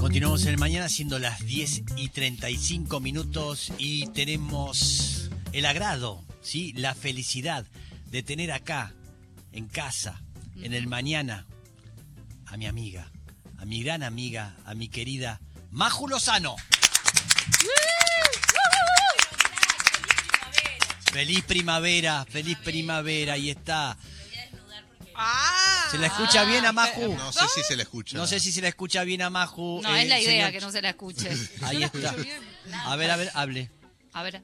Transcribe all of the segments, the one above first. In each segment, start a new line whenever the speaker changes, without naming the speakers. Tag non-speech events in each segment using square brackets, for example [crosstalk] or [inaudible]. Continuamos en el mañana siendo las 10 y 35 minutos y tenemos el agrado, ¿sí? la felicidad de tener acá, en casa, en el mañana, a mi amiga, a mi gran amiga, a mi querida Maju Lozano. Feliz primavera, feliz primavera, ahí está.
Ah,
¿Se la escucha bien a Maju?
No sé si se le escucha.
No sé si se la escucha bien a Maju.
No,
eh,
es la idea
señor.
que no se
[laughs]
la escuche.
Ahí está. A ver, a ver, hable.
A ver,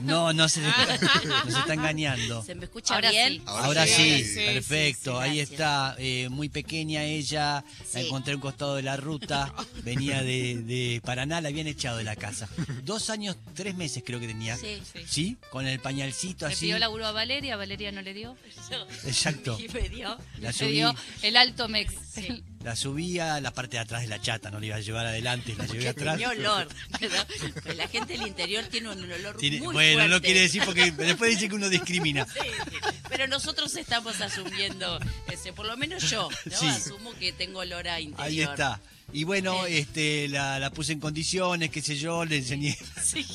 No, no se, nos está engañando.
¿Se me escucha
Ahora
bien?
sí.
Ahora
Ahora sí,
sí, sí,
perfecto.
sí, sí,
Ahí
gracias.
está, eh, muy pequeña ella. La
Sí.
encontré a un costado de la ruta. Venía de, de Paraná, la habían echado de la casa. Dos años, tres meses creo que tenía. Sí,
Sí.
con el pañalcito
le
así.
pidió laburo a Valeria, Valeria no le dio.
Exacto.
Y me dio.
La
Le
subí,
dio el alto mex.
la subí a la parte de atrás de la chata. No la iba a llevar adelante, la llevé
Porque
atrás.
tenía olor. ¿verdad? Pues la gente del interior tiene un olor
Tiene-
muy
bueno,
fuerte.
no quiere decir porque después dice que uno discrimina.
Pero nosotros estamos asumiendo ese, por lo menos yo, ¿no?
Sí.
Asumo que tengo olor a interior.
Ahí está. Y bueno,
Eh.
este, la, la puse en condiciones, qué sé yo, le enseñé.
Sí,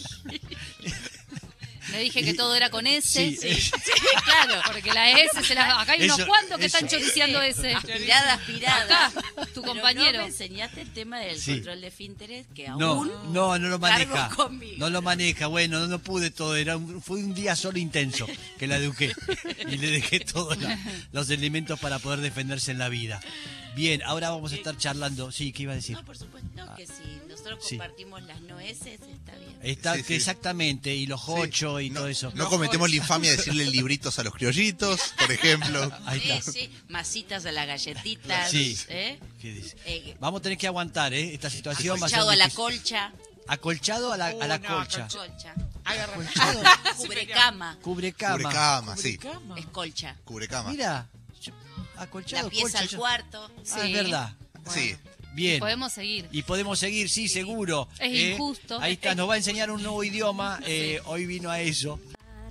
Le
[laughs]
dije que todo era con
Sí,
S.
eh.
claro. Porque la S se la. Acá hay unos
Eso,
cuantos que
eso.
están choriciando S.
aspirada, aspirada.
tu
Pero
compañero.
No me enseñaste el tema del
Sí.
control de Finterest que aún
No, no, no lo
cargo
maneja.
conmigo.
No lo maneja, bueno, no, no pude todo, era un- fue un día solo intenso que la eduqué y le dejé todos la- los elementos para poder defenderse en la vida. Bien, ahora vamos a estar charlando. Sí, ¿qué iba a decir?
No, por supuesto no, que si nosotros
Ah. Sí.
compartimos las nueces, está bien.
Está,
Sí, sí.
Exactamente, y los
Sí.
ocho y
No-
todo eso.
No cometemos la infamia de decirle libritos a los criollitos, por ejemplo.
Ahí
sí,
está.
sí, masitas a las galletitas.
Sí.
¿eh?
¿Qué dice?
Eh,
Vamos a tener que aguantar, ¿eh? Esta situación va a ser
acolchado a la
difícil.
colcha.
Acolchado a la, a la
Oh, no,
colcha.
Colcha. Ah,
agarra.
Cubrecama.
Cubrecama.
Cubrecama, sí.
Es colcha.
Cubrecama.
Mira, yo- acolchado,
La pieza
colcha,
al
yo-
cuarto.
Ah, es
Sí.
verdad.
Sí.
Bien.
Podemos seguir.
Y podemos seguir, sí, seguro. Eh,
Es injusto.
Ahí está, nos va a enseñar un nuevo
[laughs]
idioma. eh, hoy vino a eso.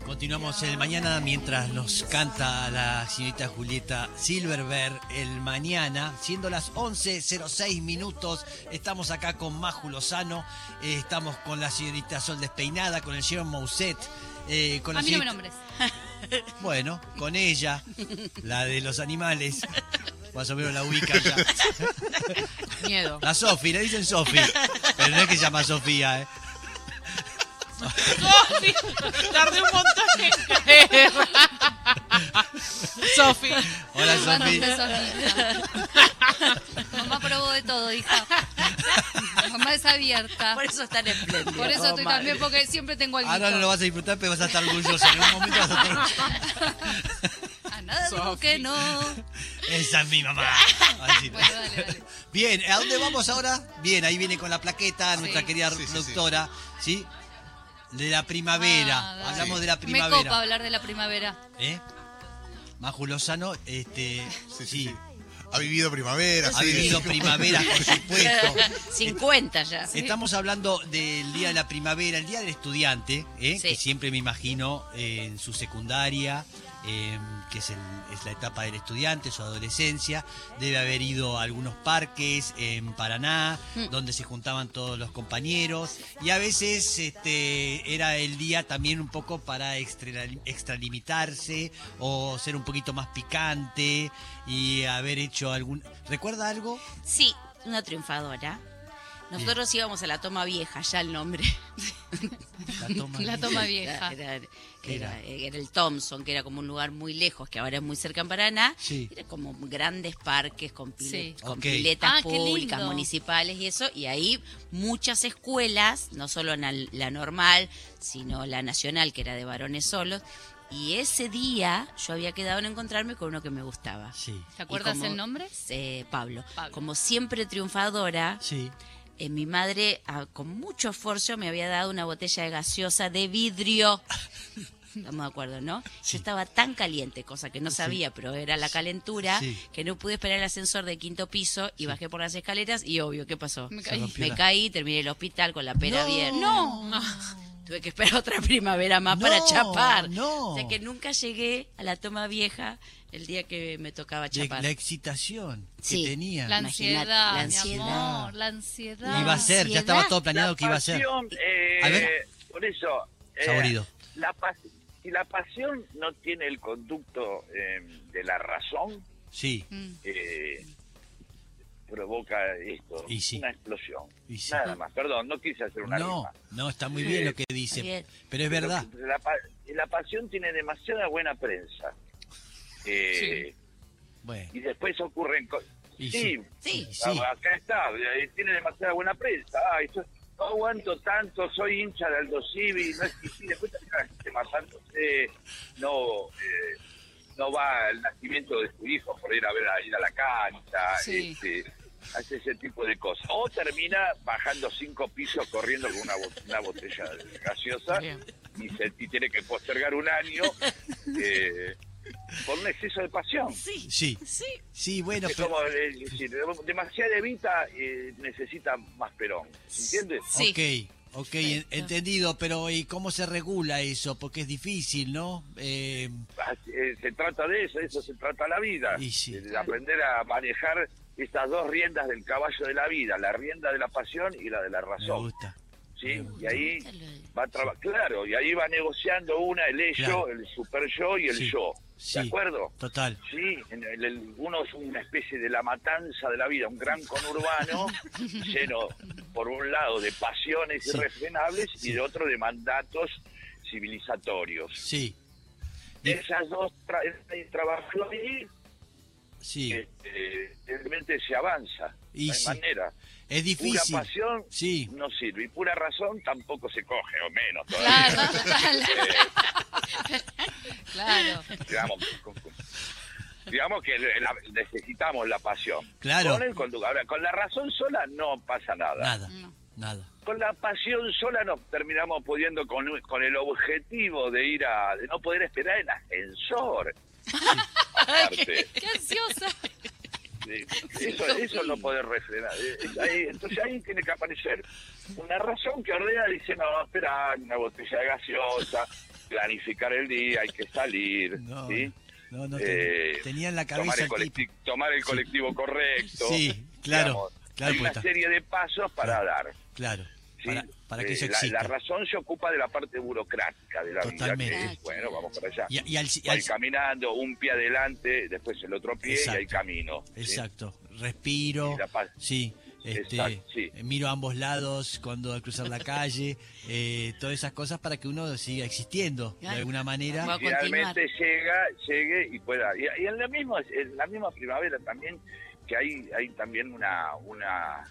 Continuamos el mañana mientras nos canta la señorita Julieta Silverberg el mañana, siendo las 11.06 minutos. Estamos acá con Maju Lozano, eh, estamos con la señorita Sol Despeinada, con el señor Mousset. eh, con la
A mí no me
señorita-
nombres.
bueno, con ella, la de los animales. Más o menos la ubica ya.
Miedo.
La Sofi, le dicen Sofi. Pero no es que se llama Sofía, ¿eh?
Sofi, tardé un montón en caer. [laughs] Sofi,
Hola, Sofi.
Cuando empezó, hija.
[laughs]
Mamá probó de todo, hija. Mamá es abierta.
Por eso
[laughs]
están espléndidos.
Por eso
Oh,
estoy
madre.
también, porque siempre tengo algo.
Ahora Ah, no lo vas a disfrutar, pero vas a estar orgullosa. En un momento vas a estar
A nada digo
[laughs]
que no.
Esa es mi mamá. Así.
Bueno, dale, dale.
Bien, ¿a dónde vamos ahora? Bien, ahí viene con la plaqueta nuestra
Sí.
querida
Sí, sí, sí.
doctora, ¿sí? De la primavera.
Ah, dale.
Hablamos de la
Me copa
primavera.
hablar de la primavera.
¿Eh? Maju Lozano, este.
Sí,
sí.
sí, sí. Ha vivido primavera,
Ha
sí.
vivido
[laughs]
primavera, por supuesto.
[laughs]
50 ya.
Estamos hablando del Día de la Primavera, el Día del Estudiante, ¿eh?
Sí.
que siempre me imagino eh, en su secundaria, eh, que es, el- es la etapa del estudiante, su adolescencia. Debe haber ido a algunos parques en Paraná,
Mm.
donde se juntaban todos los compañeros. Y a veces este, era el día también un poco para extra- extralimitarse o ser un poquito más picante y haber hecho algún... ¿Recuerda
[laughs]
algo?
Sí, una triunfadora. Nosotros íbamos a la toma vieja, ya el nombre.
La toma.
La toma vieja.
Era, era-
¿Qué era?
era- eh, era el Thompson, que era como un lugar muy lejos, que ahora es muy cerca en Paraná.
Sí.
Era como grandes parques con, pile-
Sí.
con
Ok.
piletas
Ah, qué
públicas,
lindo.
municipales y eso. Y ahí muchas escuelas, no solo na- la normal, sino la nacional, que era de varones solos. Y ese día yo había quedado en encontrarme con uno que me gustaba.
Sí.
¿Te acuerdas
Y como-
el nombre?
Eh, Pablo.
Pablo.
Como siempre triunfadora,
Sí.
eh, mi madre ah, con mucho esfuerzo me había dado una botella de gaseosa de vidrio.
[laughs]
Estamos de acuerdo, ¿no? Yo estaba tan caliente, cosa que no sabía, pero era la calentura,
Sí.
que no pude esperar el ascensor de quinto piso y bajé por las escaleras y obvio, ¿qué pasó?
Me
Se
caí.
rompió.
Me
la-
caí, terminé en el hospital con la pera abierta.
No.
Tuve Tuve que esperar otra primavera más
No,
para chapar.
no.
O sea que nunca llegué a la toma vieja el día que me tocaba
De-
chapar.
la excitación
Sí.
que tenía.
La
Imagínate, la
ansiedad, mi
ansiedad.
amor, la ansiedad.
iba a ser, ya estaba todo planeado que iba a ser.
pasión, eh,
A ver.
Por eso. eh,
Saborido.
la pas- si la pasión no tiene el conducto eh, de la razón,
Sí,
Mm.
eh, provoca esto,
Y sí.
una explosión.
Y sí.
Nada más, perdón, no quise hacer una
no,
rima.
no, está muy bien lo que
bien.
dice, pero es verdad.
Pero La, pa- la pasión tiene demasiada buena prensa. Eh,
Bueno,
Y después ocurren co-
y
Sí,
sí,
Sí.
y sí.
Ah, Acá está, eh, tiene demasiada buena prensa. Ay, yo no aguanto tanto, soy hincha de Aldo Civi, no es que sí, después también la gente matándose, no, eh, no va al nacimiento de su hijo por ir a ver a ir a la cancha,
Sí.
este, hace ese tipo de cosas. O termina bajando cinco pisos corriendo con una, bo- una botella de gaseosa
Bien.
y, se, y tiene que postergar un año eh, por un exceso de pasión.
Sí,
Sí,
sí.
sí, bueno,
Es
pero
como, eh, es decir, demasiada evita eh, necesita más perón. ¿Entiendes?
Sí.
ok, ok, en- entendido, pero ¿y cómo se regula eso? Porque es difícil, ¿no? Eh,
Ah, eh, se trata de eso, de eso se trata la vida.
Y sí.
Eh, de aprender a manejar estas dos riendas del caballo de la vida, la rienda de la pasión y la de la
me
razón.
gusta.
¿sí? Y ahí
Ya lo-
va traba- claro, y ahí va negociando una, el ello,
Claro.
el super yo y el
Sí,
yo.
sí.
¿De acuerdo?
Total.
Sí, en el- el- uno es una especie de la matanza de la vida, un gran
[laughs]
conurbano lleno, por un lado, de pasiones
Sí.
irrefrenables
Sí.
y de otro de mandatos civilizatorios.
Sí, Y-
Esas dos tra eh, trabajando ahí,
sí.
este, realmente se avanza.
Y
no hay
sí.
manera.
Es difícil.
Pura pasión
Sí.
no sirve y pura razón tampoco se coge, o menos todavía.
Claro, total. claro.
digamos, con- con- digamos que la- necesitamos la pasión.
Claro.
Con, el condu- ahora, con la razón sola no pasa nada.
Nada,
No.
nada.
Con la pasión sola nos terminamos pudiendo con, con el objetivo de ir a de no poder esperar en ascensor. Aparte,
Qué ansiosa.
eh, eso, eso no poder refrenar. Eh, eh, ahí- Entonces ahí tiene que aparecer una razón que ordena, dice, no, esperar una botella de gaseosa, planificar el día, hay que salir.
No,
¿sí?
no, no,
Eh,
ten- tenía en la
tomar
cabeza
el,
el tipo.
colecti- tomar el
Sí.
colectivo correcto.
Sí, claro, claro,
Hay
pues
una
está.
serie de pasos para
Claro,
dar.
Claro,
¿sí?
para, para que
Eh,
eso
la-
exista.
La, razón se ocupa de la parte burocrática de la
Totalmente.
vida. que es, bueno, vamos para allá.
Y, y al, y
Voy
al-
caminando, un pie adelante, después el otro pie
Exacto.
y hay camino. ¿sí?
Exacto, respiro,
Y la paz.
sí, este,
Exacto, sí.
eh, miro a ambos lados cuando al cruzar la calle, eh, todas esas cosas para que uno siga existiendo de
Claro.
alguna manera.
Vamos. a
Finalmente llega, llegue y pueda. Y, y en, la misma, en la misma primavera también, que hay, hay también una, una.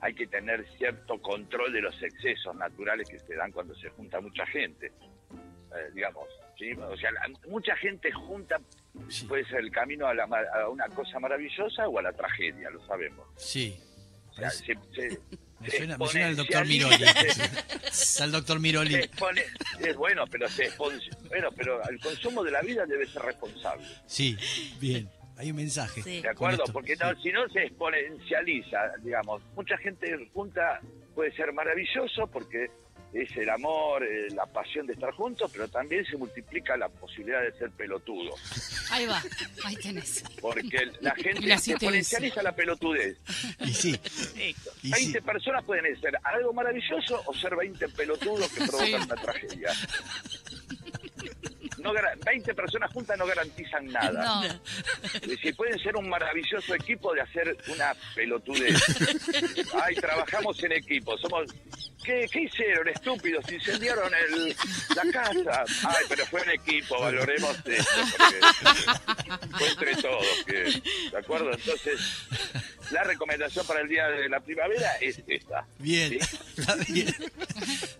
Hay que tener cierto control de los excesos naturales que se dan cuando se junta mucha gente. Eh, digamos. ¿sí? O sea, la- mucha gente junta,
Sí.
puede ser el camino a, la ma- a una cosa maravillosa o a la tragedia, lo sabemos.
Sí,
O sea, se- se-
[laughs] me
se
suena, me suena al
[laughs]
doctor
exponencializa-
Miroli. Está el doctor Miroli.
se expone- es bueno, pero se expon- bueno, pero el consumo de la vida debe ser responsable,
Sí, bien, hay un mensaje.
Sí.
¿de
con
acuerdo?
esto.
Porque no,
Sí.
si no se exponencializa, digamos, mucha gente junta puede ser maravilloso porque es el amor, eh, la pasión de estar juntos, pero también se multiplica la posibilidad de ser pelotudo,
Ahí va. Ahí tenés.
porque la
Y
gente
la siete
exponencializa la pelotudez.
Y sí, y
20
sí,
personas pueden ser algo maravilloso o ser 20 pelotudos que provocan
Sí.
una tragedia. No, [laughs] gara- 20 personas juntas no garantizan nada.
No.
Es decir, pueden ser un maravilloso equipo de hacer una pelotudez. Ay, trabajamos en equipo, somos... ¿Qué, qué hicieron, estúpidos? Incendiaron el, la casa. Ay, pero fue un equipo, valoremos esto. porque Fue entre todos, que- ¿de acuerdo? Entonces, la recomendación para el día de la primavera es esta.
bien, está bien,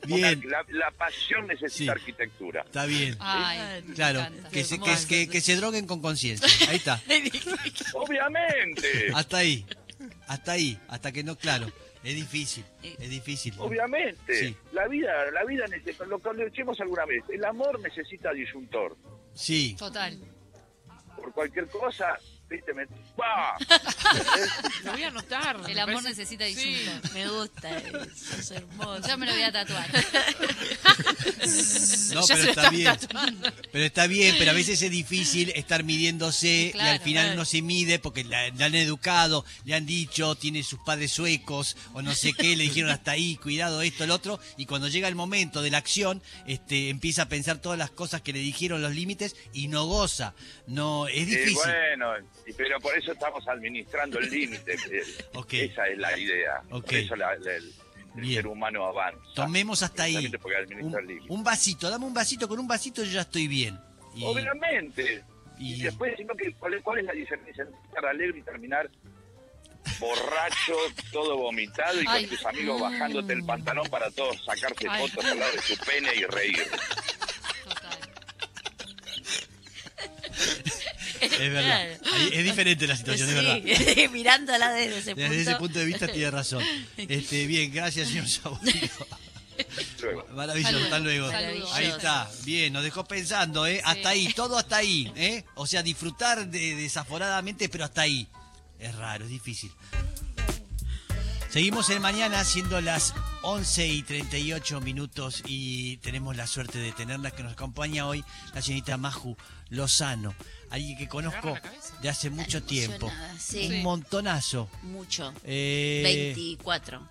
Una-
bien,
la, la pasión necesita
Sí.
arquitectura.
está
Ah,
bien.
Ay, me
Claro,
encanta.
que se, que, que- que se droguen con conciencia. Ahí está.
Obviamente,
Hasta ahí. Hasta ahí. Hasta que no, claro. Es difícil. Es difícil.
obviamente.
Sí.
La vida, la vida necesita, lo que decimos alguna vez, el amor necesita disyuntor.
Sí,
Total.
Por cualquier cosa, ¿Viste? Me... ¡Bah!
[laughs]
Eh,
Lo voy a anotar.
El
me
amor
parece-
necesita
Sí.
disyuntos.
Me gusta, eh, sos hermoso.
Yo me lo voy a tatuar.
No, pero
Ya
está
se está
bien. Pero está bien, pero a veces es difícil estar midiéndose y al
Claro,
final
claro.
no se mide porque la, la han educado, le han dicho, tiene sus padres suecos o no sé
[laughs]
qué, le dijeron hasta ahí, cuidado esto, el otro, y cuando llega el momento de la acción, este, empieza a pensar todas las cosas que le dijeron los límites y no goza. No, es
Eh,
difícil.
bueno, y- pero por eso estamos administrando el límite. eh,
[laughs] Ok.
Esa es la idea.
Ok.
Por eso la- la- el, el
Bien.
ser humano avanza.
Tomemos hasta ahí.
Exactamente, porque administra el
Un,
límite.
un vasito, dame un vasito, con un vasito yo ya estoy bien. Y-
Obviamente. Y,
y-
después, sino que, ¿cuál, es, cuál es la diferencia entre estar alegre y terminar borracho, [laughs] todo vomitado y
Ay.
con tus amigos bajándote el pantalón para todos sacarte
Ay.
fotos al lado de su pene y reír?
Total.
es verdad. Ahí- Es diferente la situación, es verdad.
[laughs] Sí, mirándola desde ese punto.
Desde ese punto de vista tiene
[laughs]
razón. Este, bien, gracias, señor Saborío.
Luego.
Maravilloso, hasta luego.
Saludos.
Ahí está, bien, nos dejó pensando, ¿eh? Hasta ahí, todo hasta ahí, ¿eh? O sea, disfrutar de- desaforadamente, pero hasta ahí. Es raro, es difícil. Seguimos en mañana siendo las 11 y 38 minutos y tenemos la suerte de tenerla que nos acompaña hoy, la señorita Maju Lozano, alguien que
agarra
conozco
la cabeza.
de hace mucho tiempo.
Emocionada,
Un
Sí,
montonazo.
mucho.
Eh,
24.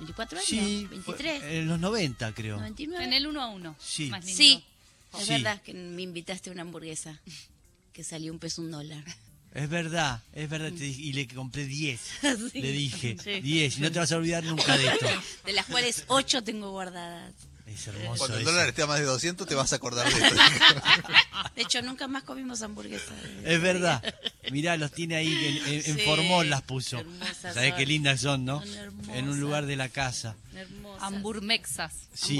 ¿24 años?
Sí, fue- eh,
¿23?
en los 90 creo.
99.
En el uno a uno.
Sí.
Más lindo.
Sí, es
Sí.
verdad que me invitaste a una hamburguesa que salió un peso un dólar. [laughs]
Es verdad, es verdad. te dije- y le compré 10.
Sí.
Le dije,
Sí.
10. Y no te vas a olvidar nunca de esto.
De las cuales 8 tengo guardadas.
Es hermoso.
Cuando el
eso.
dólar esté a más de 200 te vas a acordar
[laughs]
de esto.
De hecho, nunca más comimos hamburguesas.
Es verdad. Mirá, los tiene ahí en, en- en
Sí,
Formol las puso.
hermosas
Sabés
son.
qué lindas son, ¿no?
Son hermosas.
En un lugar de la casa.
Hermosa.
Hamburmexas.
Sí.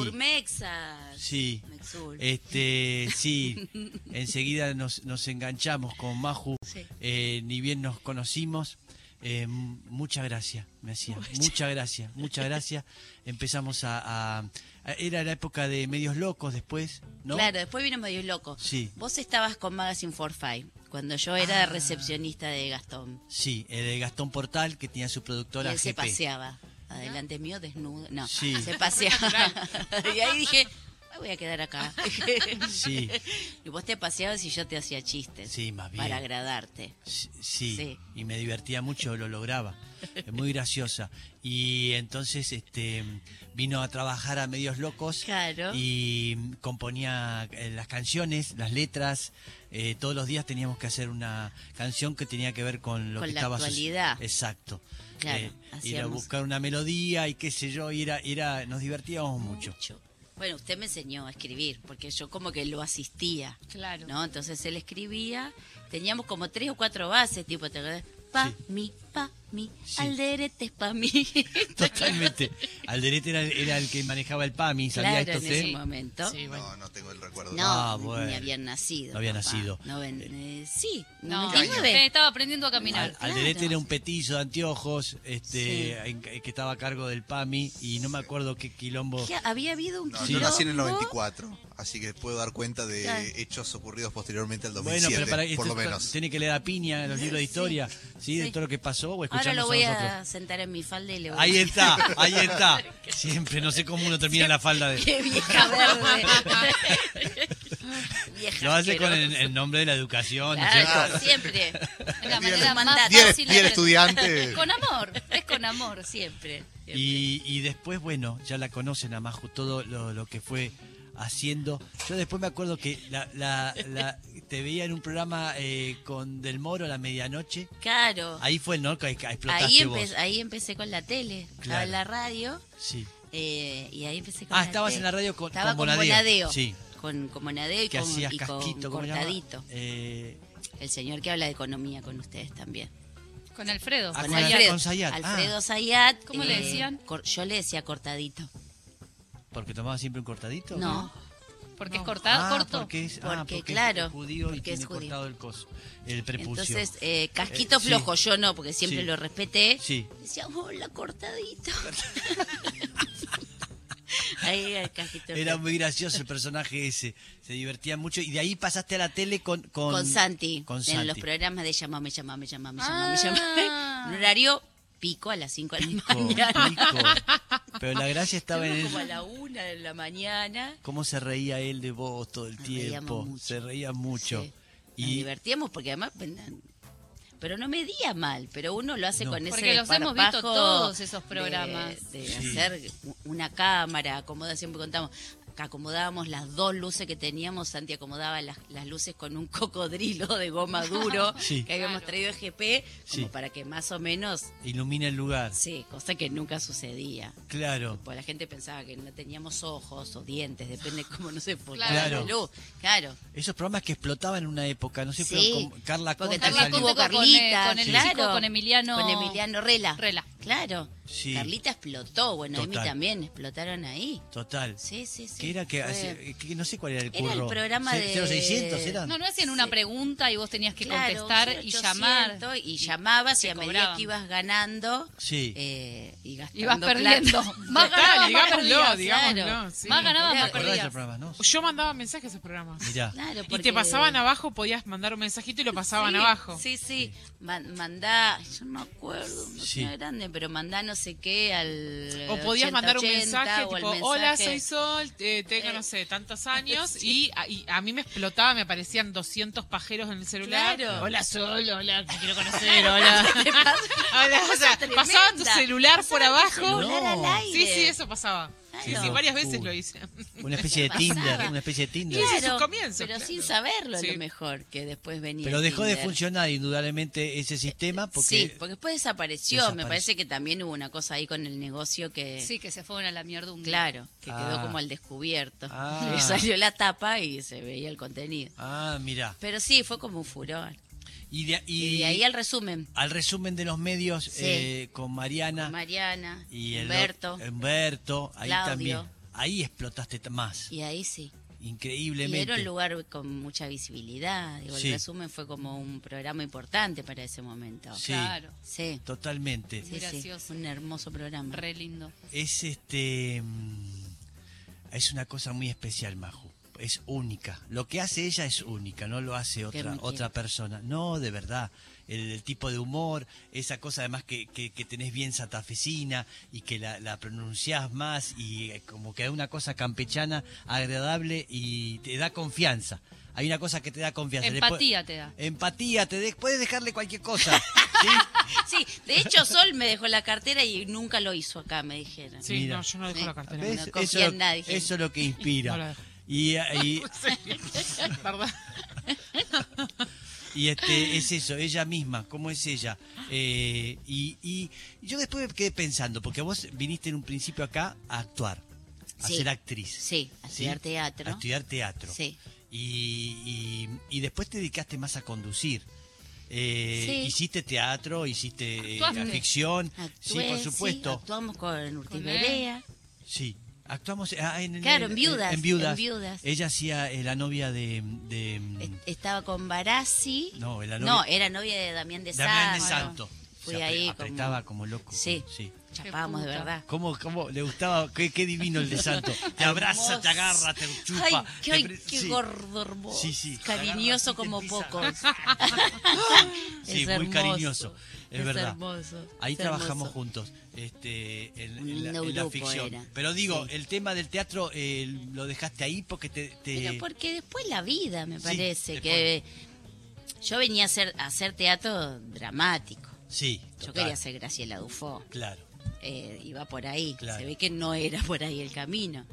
Sí.
Mexul.
Este, sí, enseguida nos, nos enganchamos con Maju, Eh, ni bien nos conocimos. Eh, m- muchas gracias, me hacía. Muchas gracias, muchas gracias. Empezamos a, a- a- Era la época de Medios Locos después, ¿no?
Claro, después vino medio loco.
Sí. Ah.
Vos estabas con Magazine for Five cuando yo era recepcionista de Gastón.
Sí, el de Gastón Portal, que tenía su
Y
productora
él se
GP.
paseaba. Adelante mío, desnudo. No,
Sí.
se paseaba. [laughs] y ahí dije, me voy a quedar acá.
[laughs] Sí,
y vos te paseabas y yo te hacía chistes.
Sí, más bien.
Para agradarte.
Sí, sí,
Sí.
y me divertía mucho, lo lograba. Es muy graciosa. Y entonces este vino a trabajar a Medios Locos
Claro.
y componía eh, las canciones, las letras. Eh, todos los días teníamos que hacer una canción que tenía que ver con lo
Con
que
la
estaba su-
actualidad.
Exacto. Eh,
Claro,
ir a
hacíamos-
buscar una melodía y qué sé yo, y era, era, nos divertíamos mucho. [laughs]
Bueno, usted me enseñó a escribir, porque yo como que lo asistía.
Claro.
¿no? Entonces él escribía, teníamos como tres o cuatro bases, tipo, ¿te acordás? Pa,
Sí.
mi, pa, mi,
Sí.
alderete es
[laughs]
pa, mi.
Totalmente. Alderete era, el- era el que manejaba el PAMI, ¿sabía
claro,
esto
en
usted?
ese momento.
Sí, bueno.
No, no tengo el recuerdo.
No,
Ah,
ni-
bueno.
ni habían nacido.
No había
papá.
nacido.
Noven- eh, sí,
No,
99.
estaba aprendiendo a caminar.
Al- Alderete era un petizo de anteojos este,
Sí.
en- que estaba a cargo del PAMI y no me acuerdo qué quilombo.
Que Había habido un
No,
Sí.
yo nací en el
quilombo.
94, así que puedo dar cuenta de
Claro.
hechos ocurridos posteriormente al
Bueno,
2007,
pero para que
por lo
usted
menos.
tiene que leer a piña en los libros de historia, ¿sí? De
Sí.
todo lo que pasó o
Ahora
escucharnos
lo voy
a nosotros.
a sentar en mi falda y le voy
Ahí
a
está, ahí está. Siempre, no sé cómo uno termina en la falda de.
[laughs] ¡Qué vieja verde!
[laughs]
vieja
Lo hace con el,
asquerosa.
el nombre de la educación, ¿no es
Claro,
cierto?
[laughs] siempre.
Es la
Bien.
manera más
Bien,
Bien,
fácil de
bien
aprender.
estudiante.
[laughs] Con amor, es con amor, siempre.
Siempre. siempre.
Y, y después, bueno, ya la conocen a Maju, todo lo, lo que fue haciendo. Yo después me acuerdo que la, la-
[laughs]
la- te veía en un programa eh, con Del Moro a la medianoche.
Claro.
Ahí fue, ¿no? Que que explotaste
Ahí,
vos.
empe- ahí empecé con la tele, estaba
Claro.
en la radio
Sí.
eh, y ahí empecé con
Ah,
la
estabas
tele.
en la radio con- con
Estaba con
Bonadeo.
Bonadeo.
Sí.
Con, con Bonadeo y
Que
con,
hacías
y con
casquito, ¿cómo se llama?
Cortadito,
Eh,
el señor que habla de economía con ustedes también.
Con Alfredo.
Ah,
Con
con
Alfredo,
Alfredo Zayat, ah.
Alfredo Zayat,
¿Cómo le decían?
cor- yo le decía Cortadito.
¿Porque tomaba siempre un cortadito?
No,
Porque es
no.
cortado,
Ah,
corto.
Porque es, ah,
Porque,
porque es
claro,
judío y
porque es
tiene
judío.
cortado el coso, el prepucio.
entonces eh, casquito
Eh, sí.
flojo, yo no, porque siempre
Sí.
lo respeté.
Sí. [laughs]
Decía, hola, Cortadito. Ahí el cajito.
Era muy gracioso el personaje ese. Se divertía mucho. Y de ahí pasaste a la tele con. Con,
con Santi.
con
en
Santi.
los programas de llamame, llamame, llamame,
Ah.
llamame, [laughs] llamame. Un horario pico a las 5 de la
Pico,
mañana.
pico. Pero la gracia estaba en
Estuvimos
él.
como a la 1 de la mañana.
Cómo se reía él de vos todo el
Nos
tiempo.
reíamos Ah, mucho.
Se reía mucho.
Sí. Nos
Y
divertíamos porque además... pues, na- Pero no medía mal, pero uno lo hace
No.
con ese
Porque los hemos visto
desparpajo
todos esos
de-
programas.
De,
Sí.
hacer u- una cámara, acomoda, siempre contamos, que acomodábamos las dos luces que teníamos, Santi acomodaba las, las luces con un [laughs] cocodrilo de goma duro
[laughs] Sí.
que habíamos
Claro.
traído de GP, como
Sí.
para que más o menos,
ilumina el lugar.
sí, cosa que nunca sucedía.
Claro.
Pues la gente pensaba que no teníamos ojos o dientes, depende cómo
[laughs]
no se portaba
Claro.
la luz. Claro.
Esos programas que explotaban en una época. No sé, pero
Sí.
con Carla
Porque
Conte
Carla
salió-
tuvo
Conte con,
Carlita,
eh, con el
claro.
chico, con Emiliano.
Con Emiliano Rela.
Rela.
Claro.
Sí.
Carlita explotó, bueno, a mí
Total.
también explotaron ahí.
Total.
Sí, sí, sí.
Que era que,
Fue-
hace- que no sé cuál era el
Era el
curro.
programa
Ce-
de-
0600 eran.
No, no hacían una
Sí.
pregunta y vos tenías que
Claro,
contestar y
0800
llamar.
Y llamabas y,
te
a medida
cobraban.
que ibas ganando
Sí.
eh, y gastando
Ibas
[laughs]
perdiendo.
plata.
Más ganabas, más
digámoslo,
perdías.
digámoslo,
claro.
sí.
Más ganabas,
Era-
más
¿Te acordás de esos
perdías.
programas, no?
Yo mandaba mensajes a esos programas.
Mirá.
Claro,
Y
porque-
te pasaban abajo, podías mandar un mensajito y lo pasaban
Sí,
abajo.
Sí, sí. Man- mandá, yo no me acuerdo, no
Sí.
era grande, pero mandá no sé qué al.
O
80,
podías mandar un
80,
mensaje
o al
tipo,
mensaje-
hola, soy Sol, eh, tengo,
Eh,
no sé, tantos años.
[laughs] sí.
y, a, y a mí me explotaba, me aparecían 200 pajeros en el celular.
Claro.
Hola, Sol, hola, te
[laughs]
quiero conocer, hola. [laughs] Hola, o sea,
Tremenda.
pasaba tu celular por
Pasaba tu
abajo.
celular
No.
al aire.
Sí, sí, eso pasaba.
Claro.
Sí, sí, varias veces
Uy.
lo hice. [laughs]
Una especie de
Pasaba.
Tinder. Una especie de Tinder.
Y ese es su comienzo,
pero
claro.
sin saberlo a
Sí.
lo mejor que después venía.
Pero dejó de
Tinder.
funcionar indudablemente ese sistema porque...
sí, porque después desapareció. Me
Desapareció.
parece que también hubo una cosa ahí con el negocio que,
Sí, que se fueron a la mierda un día.
claro, que quedó
Ah.
como al descubierto.
Ah.
Le salió la tapa y se veía el contenido.
Ah, mira.
Pero sí, fue como un furor.
Y de,
Y,
y-
de ahí al resumen,
al resumen de los medios
Sí.
eh, con Mariana
Mariana,
y el
Humberto,
o- Humberto, ahí
Claudio.
también. Ahí explotaste t- más,
y ahí sí. Y
increíblemente.
era un lugar con mucha visibilidad. Digo,
Sí.
El resumen fue como un programa importante para ese momento.
Sí.
Claro.
Sí,
Totalmente.
sí, sí.
gracioso.
un hermoso programa.
Re lindo.
Es este mm, es una cosa muy especial, Maju. Es única. Lo que hace ella es única, no lo hace otra
mentira.
otra persona. No, de verdad. El, el tipo de humor, esa cosa además que, que- que tenés bien santafesina y que la, la pronunciás más y eh, como que hay una cosa campechana agradable y te da confianza. Hay una cosa que te da confianza. Le po-
Empatía te da.
empatía, te de- puedes dejarle cualquier cosa. ¿sí?
Sí, de hecho Sol me dejó la cartera y nunca lo hizo acá, me dijeron.
Sí,
Mira.
no, yo no dejo
Sí.
la cartera.
¿Ves?
no confía
Eso,
en nadie.
eso es lo que inspira.
No la dejo.
Y- eh, y,
[laughs] Perdón.
Y este, es eso, ella misma, cómo es ella. Eh, y, y yo después me quedé pensando, porque vos viniste en un principio acá a actuar, a
Sí.
ser actriz,
Sí, a
¿sí?
estudiar teatro.
a estudiar teatro.
Sí.
Y, y- y después te dedicaste más a conducir. Eh,
Sí.
Hiciste teatro, hiciste eh,
Actuaste.
ficción.
Actué,
sí, por
sí,
supuesto.
actuamos con Urtiberea.
Sí. Actuamos ah, en,
Claro, en Viudas,
En viudas.
en Viudas. Este,
Ella hacía eh, la novia de. de-
Est- Estaba con Barassi.
no, la novia.
No, era novia de Damián de
Damián de
Santo.
Santo.
Fui
Se apre-
ahí
apretaba
como-
como, loco.
Sí.
sí.
Chapábamos de
Qué puta.
verdad.
¿Cómo, cómo le gustaba? Qué, qué divino el de
[laughs]
Santo. Te abraza, te agarra, te chupa.
Ay, qué, ay,
te pre-
qué
sí.
gordo hermoso.
Sí, sí.
Cariñoso
Te
como
empieza a [laughs]
poco.
Sí, muy cariñoso, es verdad.
hermoso,
Ahí
es
trabajamos
hermoso.
juntos este, en, en
Un
la,
lindo
en la
grupo
ficción.
era.
Pero digo,
Sí.
el tema del teatro eh, lo dejaste ahí porque te... te-
Pero porque después la vida, me
Sí,
parece,
después.
que yo venía a hacer, a hacer teatro dramático.
Sí,
Yo
total,
quería ser Graciela Dufo.
Claro.
eh, iba por ahí.
Claro.
Se ve que no era por ahí el camino.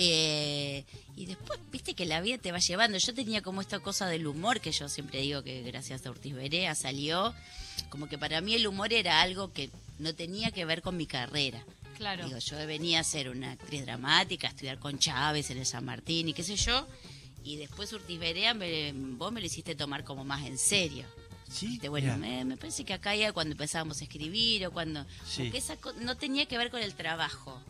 Eh, y después, viste que la vida te va llevando. Yo tenía como esta cosa del humor que yo siempre digo que gracias a Ortiz Berea salió. Como que para mí el humor era algo que no tenía que ver con mi carrera.
Claro.
Digo, yo venía a ser una actriz dramática, a estudiar con Chávez en el San Martín y qué sé yo. Y después Ortiz Berea, me- vos me lo hiciste tomar como más en serio.
Sí,
Este,
mirá.
bueno, me, me parece que acá ya cuando empezábamos a escribir o cuando...
Sí.
Porque esa co- no tenía que ver con el trabajo.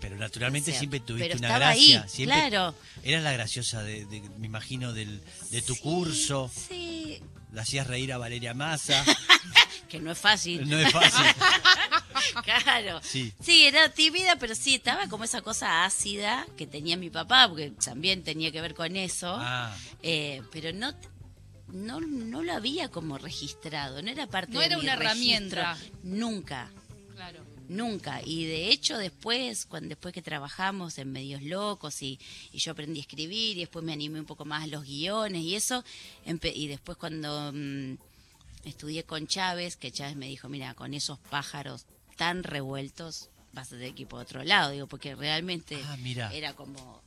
Pero naturalmente
O sea,
siempre tuviste
pero
una
estaba
gracia.
ahí,
siempre
claro.
Eras la graciosa, de, de- me imagino, del, de tu
Sí,
curso.
Sí,
La hacías reír a Valeria Massa. [laughs]
que no es fácil. [laughs]
No es fácil.
Claro.
Sí.
Sí, era tímida, pero sí, estaba como esa cosa ácida que tenía mi papá, porque también tenía que ver con eso.
Ah,
Eh, pero no, t- no, no lo había como registrado, no era parte
No
de
era
mi
una
registro.
herramienta.
Nunca,
Claro.
nunca. Y de hecho después, cuando, después que trabajamos en Medios Locos y, y yo aprendí a escribir y después me animé un poco más a los guiones y eso, empe- y después cuando mm, estudié con Chávez, que Chávez me dijo, mira, con esos pájaros tan revueltos vas a tener que ir por otro lado, digo, porque realmente
Ah, mira.
era como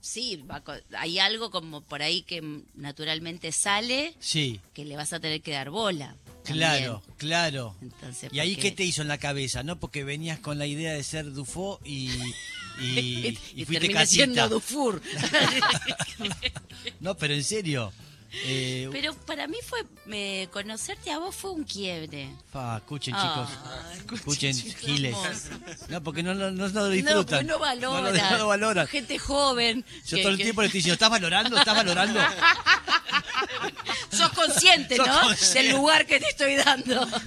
sí, va co- hay algo como por ahí que mm, naturalmente sale
sí,
que le vas a tener que dar bola.
claro,
también.
claro.
Entonces,
¿Y ahí
porque-
qué te hizo en la cabeza, no? Porque venías con la idea de ser Dufo y, y, y
[laughs] y
fuiste
terminé
casita.
siendo Dufour.
No, pero en serio. Eh,
[laughs] Pero para mí fue eh, conocerte a vos fue un quiebre.
fa, escuchen, chicos.
Ah,
Escuchen,
chicos,
giles.
hermoso.
No, porque no, no, no- no lo
No,
disfrutan.
pues no
No
valora.
lo, no lo valoran.
Gente joven.
Yo
que-
todo el
que-
tiempo le estoy diciendo, ¿estás valorando? ¿Estás
[laughs]
valorando?
Sos
[laughs]
consciente,
Sos
¿no?
consciente.
Del lugar que te estoy dando.
[laughs]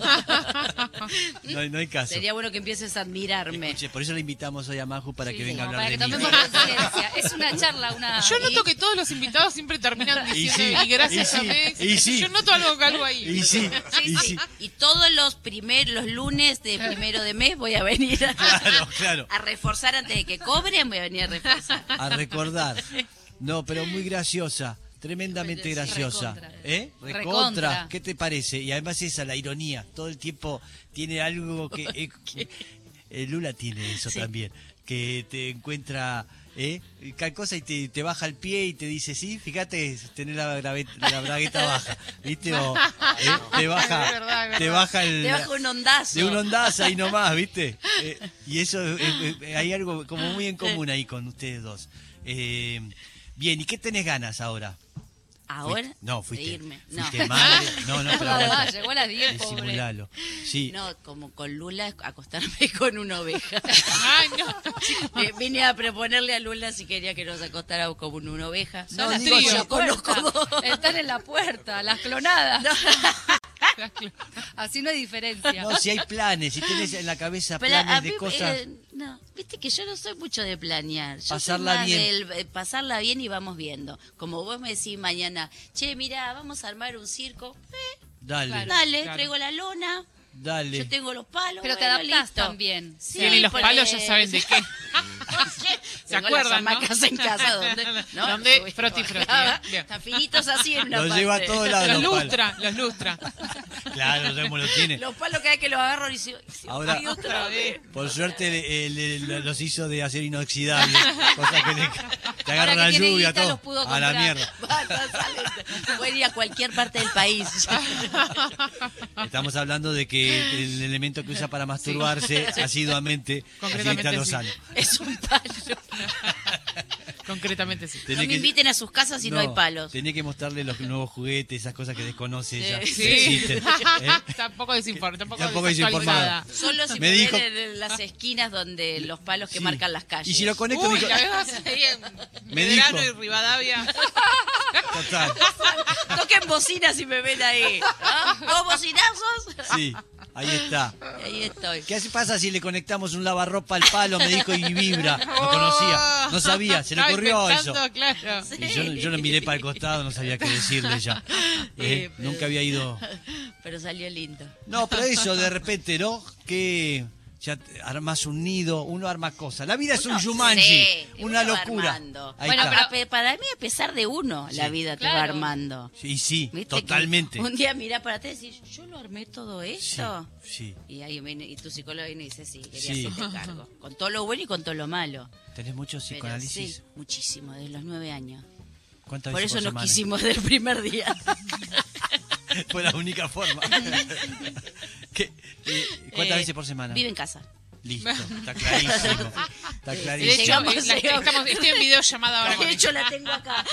No, hay- no hay caso.
Sería bueno que empieces a admirarme.
Escuche, por eso le invitamos hoy a Maju para que venga a
como
hablar
para que
de mí.
tomemos conciencia. Es una charla,
Ah,
una.
Yo noto que todos los invitados siempre terminan
Y
diciendo y,
sí,
gracias
y sí,
a Mex.
y sí.
Yo noto algo, algo
[laughs]
ahí.
Y sí, y sí.
Y todos los primeros, los lunes de primero de mes voy a venir a,
Claro, claro.
a reforzar antes de que cobren, voy a venir a reforzar.
A recordar. No, pero muy graciosa. Tremendamente
Pero sí,
graciosa.
recontra.
¿Eh? Recontra.
Recontra.
¿Qué te parece? Y además esa, la ironía. Todo el tiempo tiene algo que... eh, eh, Lula tiene eso también. Que te encuentra... ¿Eh? Cada cosa y te, te baja el pie y te dice, sí, fíjate, tenés la, grave- la bragueta baja, ¿viste? O, eh, te baja,
Es verdad, es
te
verdad.
baja el...
Te bajo un ondazo.
De un ondazo ahí nomás, ¿viste? Eh, y eso, eh, eh, hay algo como muy en común ahí con ustedes dos. Eh, bien, ¿y qué tenés ganas ahora?
Ahora
Fuiste- no,
de
fuiste,
irme. No.
fuiste madre. No, no, pero
Ah,
aguanta.
llegó a las 10, pobre.
Disimulalo. Sí,
No, como con Lula es acostarme [laughs] con una oveja.
Ay, no.
Eh, vine a proponerle a Lula si quería que nos acostáramos como en una oveja.
No,
Son las
digo,
tres
yo
en la
conozco
puerta.
dos.
Están en la puerta, las clonadas. [laughs] Así no hay diferencia.
no, si hay planes, si tenés en la cabeza
Pla- a
planes
mí,
de cosas...
eh, no, viste que yo no soy mucho de planear. Yo soy
Pasarla
más
bien.
del, eh, pasarla bien y vamos viendo. Como vos me decís mañana, che, mira, vamos a armar un circo. Eh,
Dale,
dale,
claro.
traigo la lona, yo
dale.
tengo los palos.
Pero te
bueno,
adaptás
listo.
también.
Sí,
Tiene los
porque-
palos, ya saben de qué.
[laughs] ¿Se
acuerdan,
Las hamacas
no?
en casa
[laughs]
donde, ¿no?
Donde
Uy,
froti, froti,
bajaba,
bien.
Están finitos así
[laughs]
en una
Los lleva a
parte. [laughs]
todos lados.
Los
los palos.
lustra, los lustra.
Claro, ya como lo
[laughs]
tiene.
Los palos cada vez que los agarro y se, se
Ahora-
ay, otra vez.
Por suerte le- eh, le- le- los hizo de acero inoxidable, cosa que le, te agarra
que
la
tiene
lluvia,
guita,
todo.
los pudo
a la
comprar.
mierda.
[laughs] Basta, salen. Pueden ir a cualquier parte del país. [laughs]
Ah, Estamos hablando de que el elemento que usa para masturbarse
[laughs]
asiduamente
Concretamente
Angelita
sí.
Lozano.
Es un palo.
Concretamente sí.
no me inviten a sus casas si no, hay palos.
Tenés que mostrarle los nuevos juguetes, esas cosas que desconoce
Sí,
ella. que
sí.
existen, ¿eh?
[laughs] Tampoco desinforme, tampoco,
Tampoco
desactualizada.
Solo si
Me
me, ven
dijo-
en las esquinas donde los palos [laughs] que
Sí.
marcan las calles.
Y si lo conecto,
Uy,
digo,
la vez ahí en
Me
Medrano
dijo.
y Rivadavia.
total,
[laughs] Toquen bocinas si me ven ahí. ¿Ah?
[laughs]
¿Dos bocinazos?
sí, ahí está.
Ahí estoy.
¿Qué hace- pasa si le conectamos un lavarropa al palo? Me dijo y vibra.
Oh.
No conocía, no sabía, se le
Oh, Estaba
ocurrió eso.
inventando, claro.
Y yo, yo lo miré para el costado, no sabía qué decirle ya. Eh,
Sí, pero-
Nunca había ido
Pero salió lindo.
No, pero eso de repente, ¿no? Que ya te- armás un nido, uno arma cosas. La vida es un
Uno-
Jumanji,
Sí,
una
uno va
locura.
armando.
Ahí
bueno,
está.
pero pe- para mí, a pesar de uno, la vida te va
Claro.
armando.
Sí, sí,
¿Viste que
totalmente.
Un día mirá para atrás y decís, yo lo armé todo
Sí,
esto.
sí.
Y ahí viene, y tu psicólogo viene y dice, sí, quería
Sí. [laughs]
hacerte cargo. Con todo lo bueno y con todo lo malo.
¿Tenés mucho
Pero
psicoanálisis?
sí, muchísimo, desde los nueve años.
¿Cuántas
Por
veces
eso nos
semana?
quisimos del primer día.
[laughs] Fue la única
[laughs]
forma. ¿Qué? Eh, ¿Cuántas
Eh,
veces por semana?
Vive en casa.
Listo, está clarísimo. Está
De hecho,
clarísimo.
Llegamos, [laughs]
es la-
llegamos.
[laughs] estamos, estoy en videollamada
[laughs]
ahora con
De
[laughs]
él.
hecho, la tengo acá.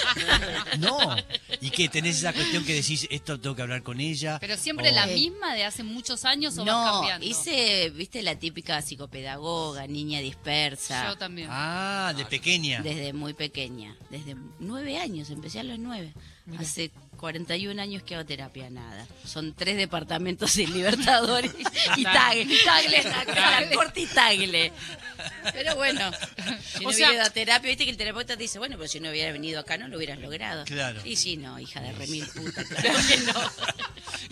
No. ¿Y qué? ¿Tenés esa cuestión que decís, esto tengo que hablar con ella?
Pero siempre
O-
la misma de hace muchos años o vas
Oh. No,
cambiando.
hice, viste, la típica psicopedagoga, niña dispersa.
Yo también.
Ah, de pequeña.
Desde muy pequeña, desde nueve años, empecé a los nueve. Hace 41 años que hago terapia, nada. Son tres departamentos en
[laughs]
Libertadores y
Ta-
Tagle. Tagle,
Tagle.
la corte y Tagle. Pero bueno, si no
O sea-
hubiera ido a terapia, viste que el terapeuta te dice, bueno, pero si no hubiera venido acá no lo hubieras logrado.
Claro.
Y sí, no, hija de remil
[laughs]
puta, claro que no.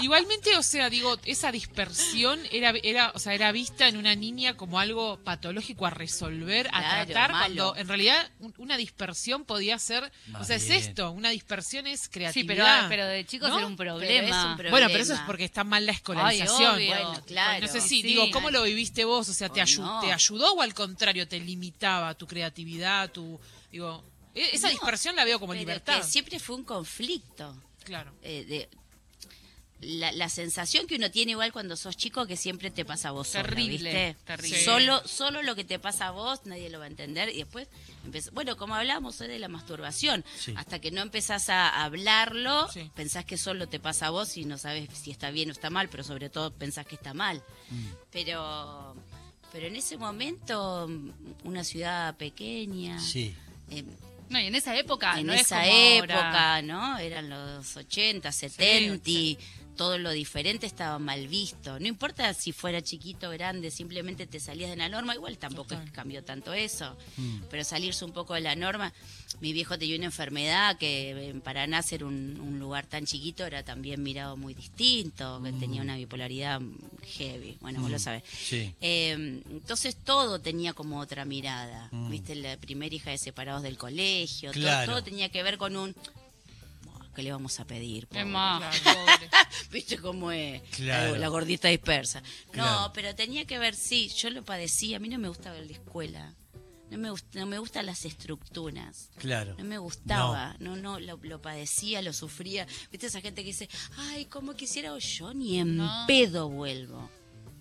Igualmente, o sea, digo, esa dispersión era, era, o sea, era vista en una niña como algo patológico a resolver, a
Claro,
tratar,
malo.
cuando en realidad un- una dispersión podía ser, o
Más
sea,
bien.
es esto, una dispersión es
Sí,
creatividad.
pero, pero de chicos
¿No?
era un
Pero
problema.
es un problema.
Bueno, pero eso es porque está mal la escolarización.
Ay, obvio.
Bueno, claro.
No sé si,
Sí,
digo,
sí.
¿cómo lo viviste vos? O sea, ¿te,
Ay,
ayu-
no.
¿te ayudó o al contrario te limitaba tu creatividad, tu... Digo, e- esa
No,
dispersión la veo como
Pero
libertad.
que siempre fue un conflicto.
Claro.
eh, de- la, la sensación que uno tiene igual cuando sos chico que siempre te pasa a vos sola,
Terrible,
¿viste?
terrible.
Solo, solo lo que te pasa a vos nadie lo va a entender y después empezás- bueno, como hablábamos hoy de la masturbación,
Sí.
hasta que no empezás a hablarlo,
Sí.
pensás que solo te pasa a vos y no sabes si está bien o está mal, pero sobre todo pensás que está mal.
Mm.
Pero pero en ese momento mm, una ciudad pequeña,
Sí.
em,
No, y en esa época,
en
no es
esa
como
época,
ahora.
¿no? Eran los 80, 70, todo lo diferente estaba mal visto. No importa si fuera chiquito o grande, simplemente te salías de la norma, igual tampoco es que cambió tanto eso, pero salirse un poco de la norma. Mi viejo tenía una enfermedad que en Paraná ser un, un lugar tan chiquito era también mirado muy distinto, que tenía una bipolaridad heavy, bueno, vos lo sabés.
Sí.
Eh, entonces todo tenía como otra mirada.
Mm.
Viste, la primera hija de separados del colegio, todo-
Claro.
todo, tenía que ver con un. "Buah, ¿Qué le vamos a pedir? pobre?".
Es más,
Claro, pobre.
[laughs] ¿Viste cómo es?
Claro.
La, la gordita dispersa.
Claro.
No, pero tenía que ver, sí, yo lo padecía. A mí no me gustaba la escuela. No me, gust- no me gustan las estructuras.
Claro.
No me gustaba, no, no, lo, lo padecía, lo sufría. ¿Viste esa gente que dice, ay, cómo quisiera o yo ni en
No.
pedo vuelvo?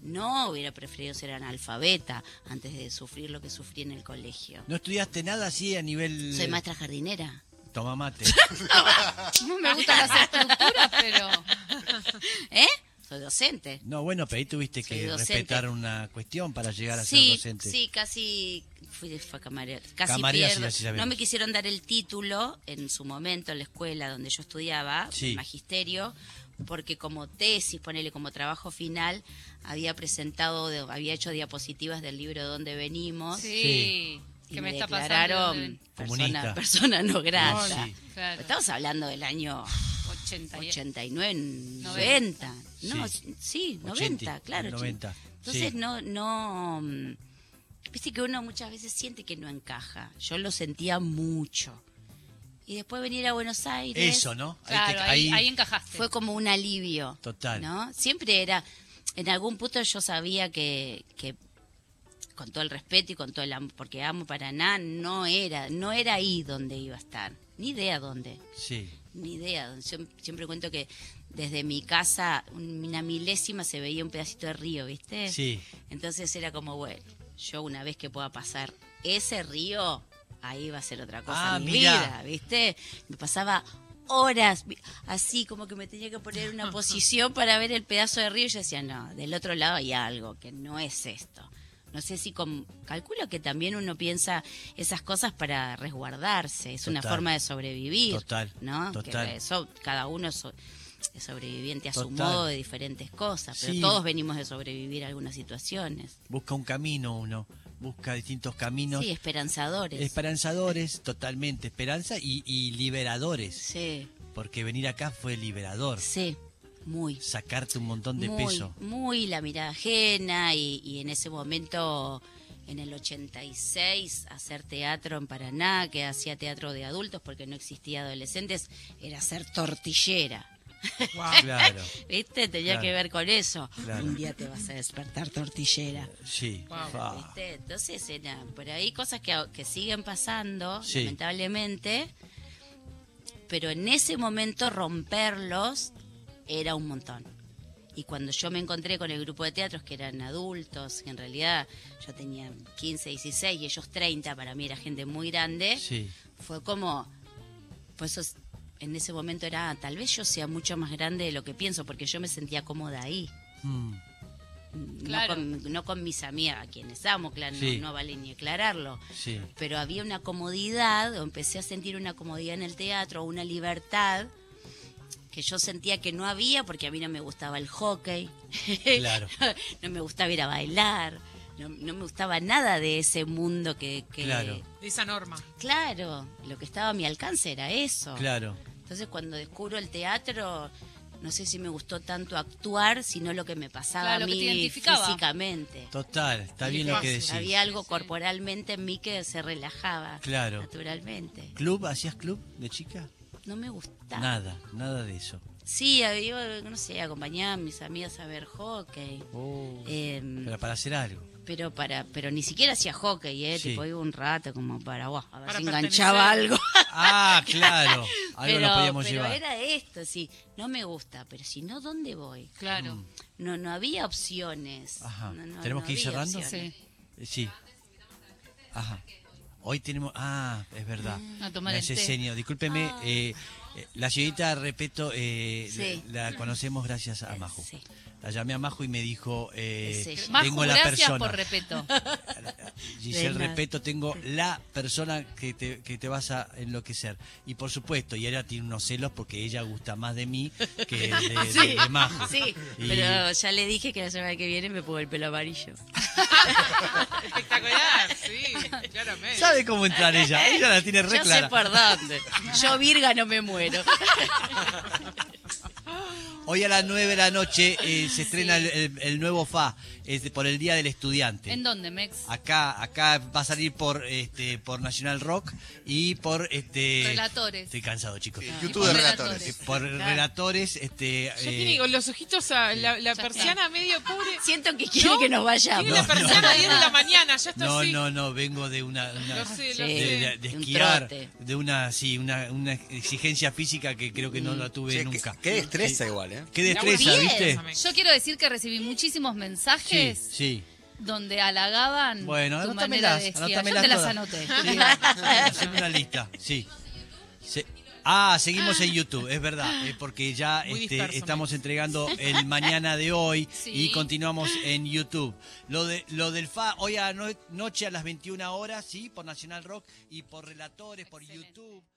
No, hubiera preferido ser analfabeta antes de sufrir lo que sufrí en el colegio.
¿No estudiaste nada así a nivel.
Soy maestra jardinera.
Toma
[laughs]
mate.
no [laughs] me gustan las estructuras, pero.
¿Eh? Soy docente.
No, bueno, pero ahí tuviste
Soy
que
docente.
respetar una cuestión para llegar a
sí,
ser docente.
Sí, casi fui fue camarera. Casi
Camarera,
pierdo.
sí, así la vemos.
no me quisieron dar el título en su momento en la escuela donde yo estudiaba,
Sí.
magisterio, porque como tesis, ponele como trabajo final, había presentado, de- había hecho diapositivas del libro de dónde venimos.
Sí.
Sí.
Y
que me
me
está
declararon
pasando?
Comunista.
persona, persona no grata.
sí.
Claro.
Estamos hablando del año
80 y-
89, 90.
Noventa.
No,
Sí.
sí, 90,
80,
claro.
90,
90. Entonces
sí.
no, no... mm, Viste que uno muchas veces siente que no encaja. Yo lo sentía mucho. Y después venir a Buenos Aires
Eso, ¿no? Ahí te-
Claro, ahí,
ahí-
ahí encajaste.
fue como un alivio.
Total.
¿No? Siempre era... En algún punto yo sabía que, que con todo el respeto y con todo el amor, porque amo Paraná, no era, no era ahí donde iba a estar. Ni idea dónde
Sí.
ni idea. Yo siempre cuento que desde mi casa, una milésima se veía un pedacito de río, ¿viste?
Sí.
Entonces era como, bueno, yo una vez que pueda pasar ese río, ahí va a ser otra cosa
Ah,
mi
mirá.
vida, ¿viste? Me pasaba horas vi- así como que me tenía que poner
[laughs]
en una posición para ver el pedazo de río y yo decía, no, del otro lado hay algo que no es esto. No sé si con... calculo que también uno piensa esas cosas para resguardarse, es una
Total.
forma de sobrevivir.
Total,
¿no? Que
total.
eso, cada uno so- es sobreviviente a su
Total.
modo de diferentes cosas, pero
Sí.
todos venimos de sobrevivir a algunas situaciones.
Busca un camino uno. Busca distintos caminos.
Sí, esperanzadores.
Esperanzadores, totalmente. Esperanza y, y liberadores.
sí,
Porque venir acá fue liberador.
sí, muy.
Sacarte un montón de
muy,
peso.
muy la mirada ajena y, y en ese momento, en el 86, hacer teatro en Paraná, que hacía teatro de adultos porque no existía adolescentes, era ser tortillera. [laughs]
Claro.
¿Viste? Tenía
Claro.
que ver con eso.
Claro.
Un día te vas a despertar tortillera.
Sí. Ah,
Wow.
Fa.
¿Viste? Entonces, era, por ahí cosas que, que siguen pasando,
Sí.
lamentablemente, pero en ese momento romperlos era un montón. Y cuando yo me encontré con el grupo de teatros que eran adultos, que en realidad yo tenía 15, 16 y ellos 30, para mí era gente muy grande,
Sí.
fue como, pues eso es- en ese momento era, "Ah, tal vez yo sea mucho más grande de lo que pienso, porque yo me sentía cómoda ahí
Mm.
no,
Claro.
con, no con mis amigas, a quienes amo, claro, no-
Sí.
no, vale ni aclararlo. [laughs]
Sí.
Pero había una comodidad, o empecé a sentir una comodidad en el teatro, una libertad que yo sentía que no había porque a mí no me gustaba el hockey, [laughs]
Claro.
no me gustaba ir a bailar, no, no me gustaba nada de ese mundo que... que-
Claro.
De esa norma.
Claro, lo que estaba a mi alcance era eso.
Claro.
Entonces cuando descubro el teatro, no sé si me gustó tanto actuar, sino lo que me pasaba
Claro,
a
lo que
mí
te identificaba.
físicamente.
Total, está
Y
bien lo que
fácil.
decís.
Había algo corporalmente en mí que se relajaba
Claro.
naturalmente.
¿Club? ¿Hacías club de chica?
No me gustaba.
Nada, nada de eso.
Sí, había, no sé, acompañaba a mis amigas a ver hockey. Em,
Eh, Pero para hacer
[laughs]
algo.
pero para pero ni siquiera hacía hockey, ¿eh?
Sí.
Tipo, iba un rato como para, guau, a ver
Para
si enganchaba algo.
Ah, claro. [laughs] Algo
pero
lo podíamos
pero
llevar.
era esto, sí. No me gusta, pero si no, ¿dónde voy?
Claro.
Mm.
No, no había opciones.
Ajá.
No, no,
¿Tenemos
no
que ir
había
cerrando?
opciones.
Eh, Sí. Ajá. Hoy tenemos. Ah, es verdad.
Mm.
A tomar
Me
el
hace
té.
seño. Discúlpeme.
Ah.
eh, eh, la señorita, repito, eh,
Sí. Eh,
la, la conocemos gracias a Majo.
Sí.
La llamé a Majo y me dijo: eh,
Es ella.
Majo,
Tengo la
gracias
persona.
por respeto.
Giselle,
Venga.
respeto, tengo la persona que te, que te vas a enloquecer. Y por supuesto, y ella tiene unos celos porque ella gusta más de mí que
[laughs]
de, de- de Majo.
Sí,
[laughs] Y-
pero ya le dije que la semana que viene me pongo el pelo amarillo.
[laughs] Espectacular, sí, claramente.
Sabe cómo entrar ella, ella la tiene re
[laughs] Yo sé
clara.
por dónde. Yo virga no me muero.
Hoy a las 9 de la noche
Ah,
eh, se estrena el, el- el nuevo FA es de- por el Día del Estudiante.
¿En dónde,
Ah,
Mex?
Acá, acá va a salir por este por National Rock y por este
Relatores.
Estoy cansado, chicos.
Eh,
y
YouTube
por
de
relatores.
relatores.
Por relatores, este
Ya
eh,
tiene los ojitos a la, la
Ya
persiana medio pobre.
Siento que quiere
¿No?
que nos vayamos.
Tiene la persiana a 10 de la mañana, ya está
No,
así.
no, no, vengo de una, una-
Lo sé, lo
de,
sé.
de- de
Eh, Un
esquiar,
trote.
de una sí, una, una exigencia física que creo que no la tuve
Che, qué-
nunca.
Qué, destreza igual, ¿eh?
Qué destreza,
Bien.
¿viste?
Yo quiero decir que recibí muchísimos
Sí,
mensajes
sí.
donde halagaban
Bueno,
tu manera
anótamelas,
de esquiar. Yo
anótamelas
te las
todas.
anoté.
Sí, Haceme una lista, sí. Se- ah, seguimos en YouTube, es verdad, eh, porque ya
Muy
este,
disperso,
estamos entregando el mañana de hoy
Sí.
y continuamos en YouTube. Lo, de, lo del FA, hoy a la no- noche a las 21 horas, sí, por Nacional Rock y por relatores, por YouTube.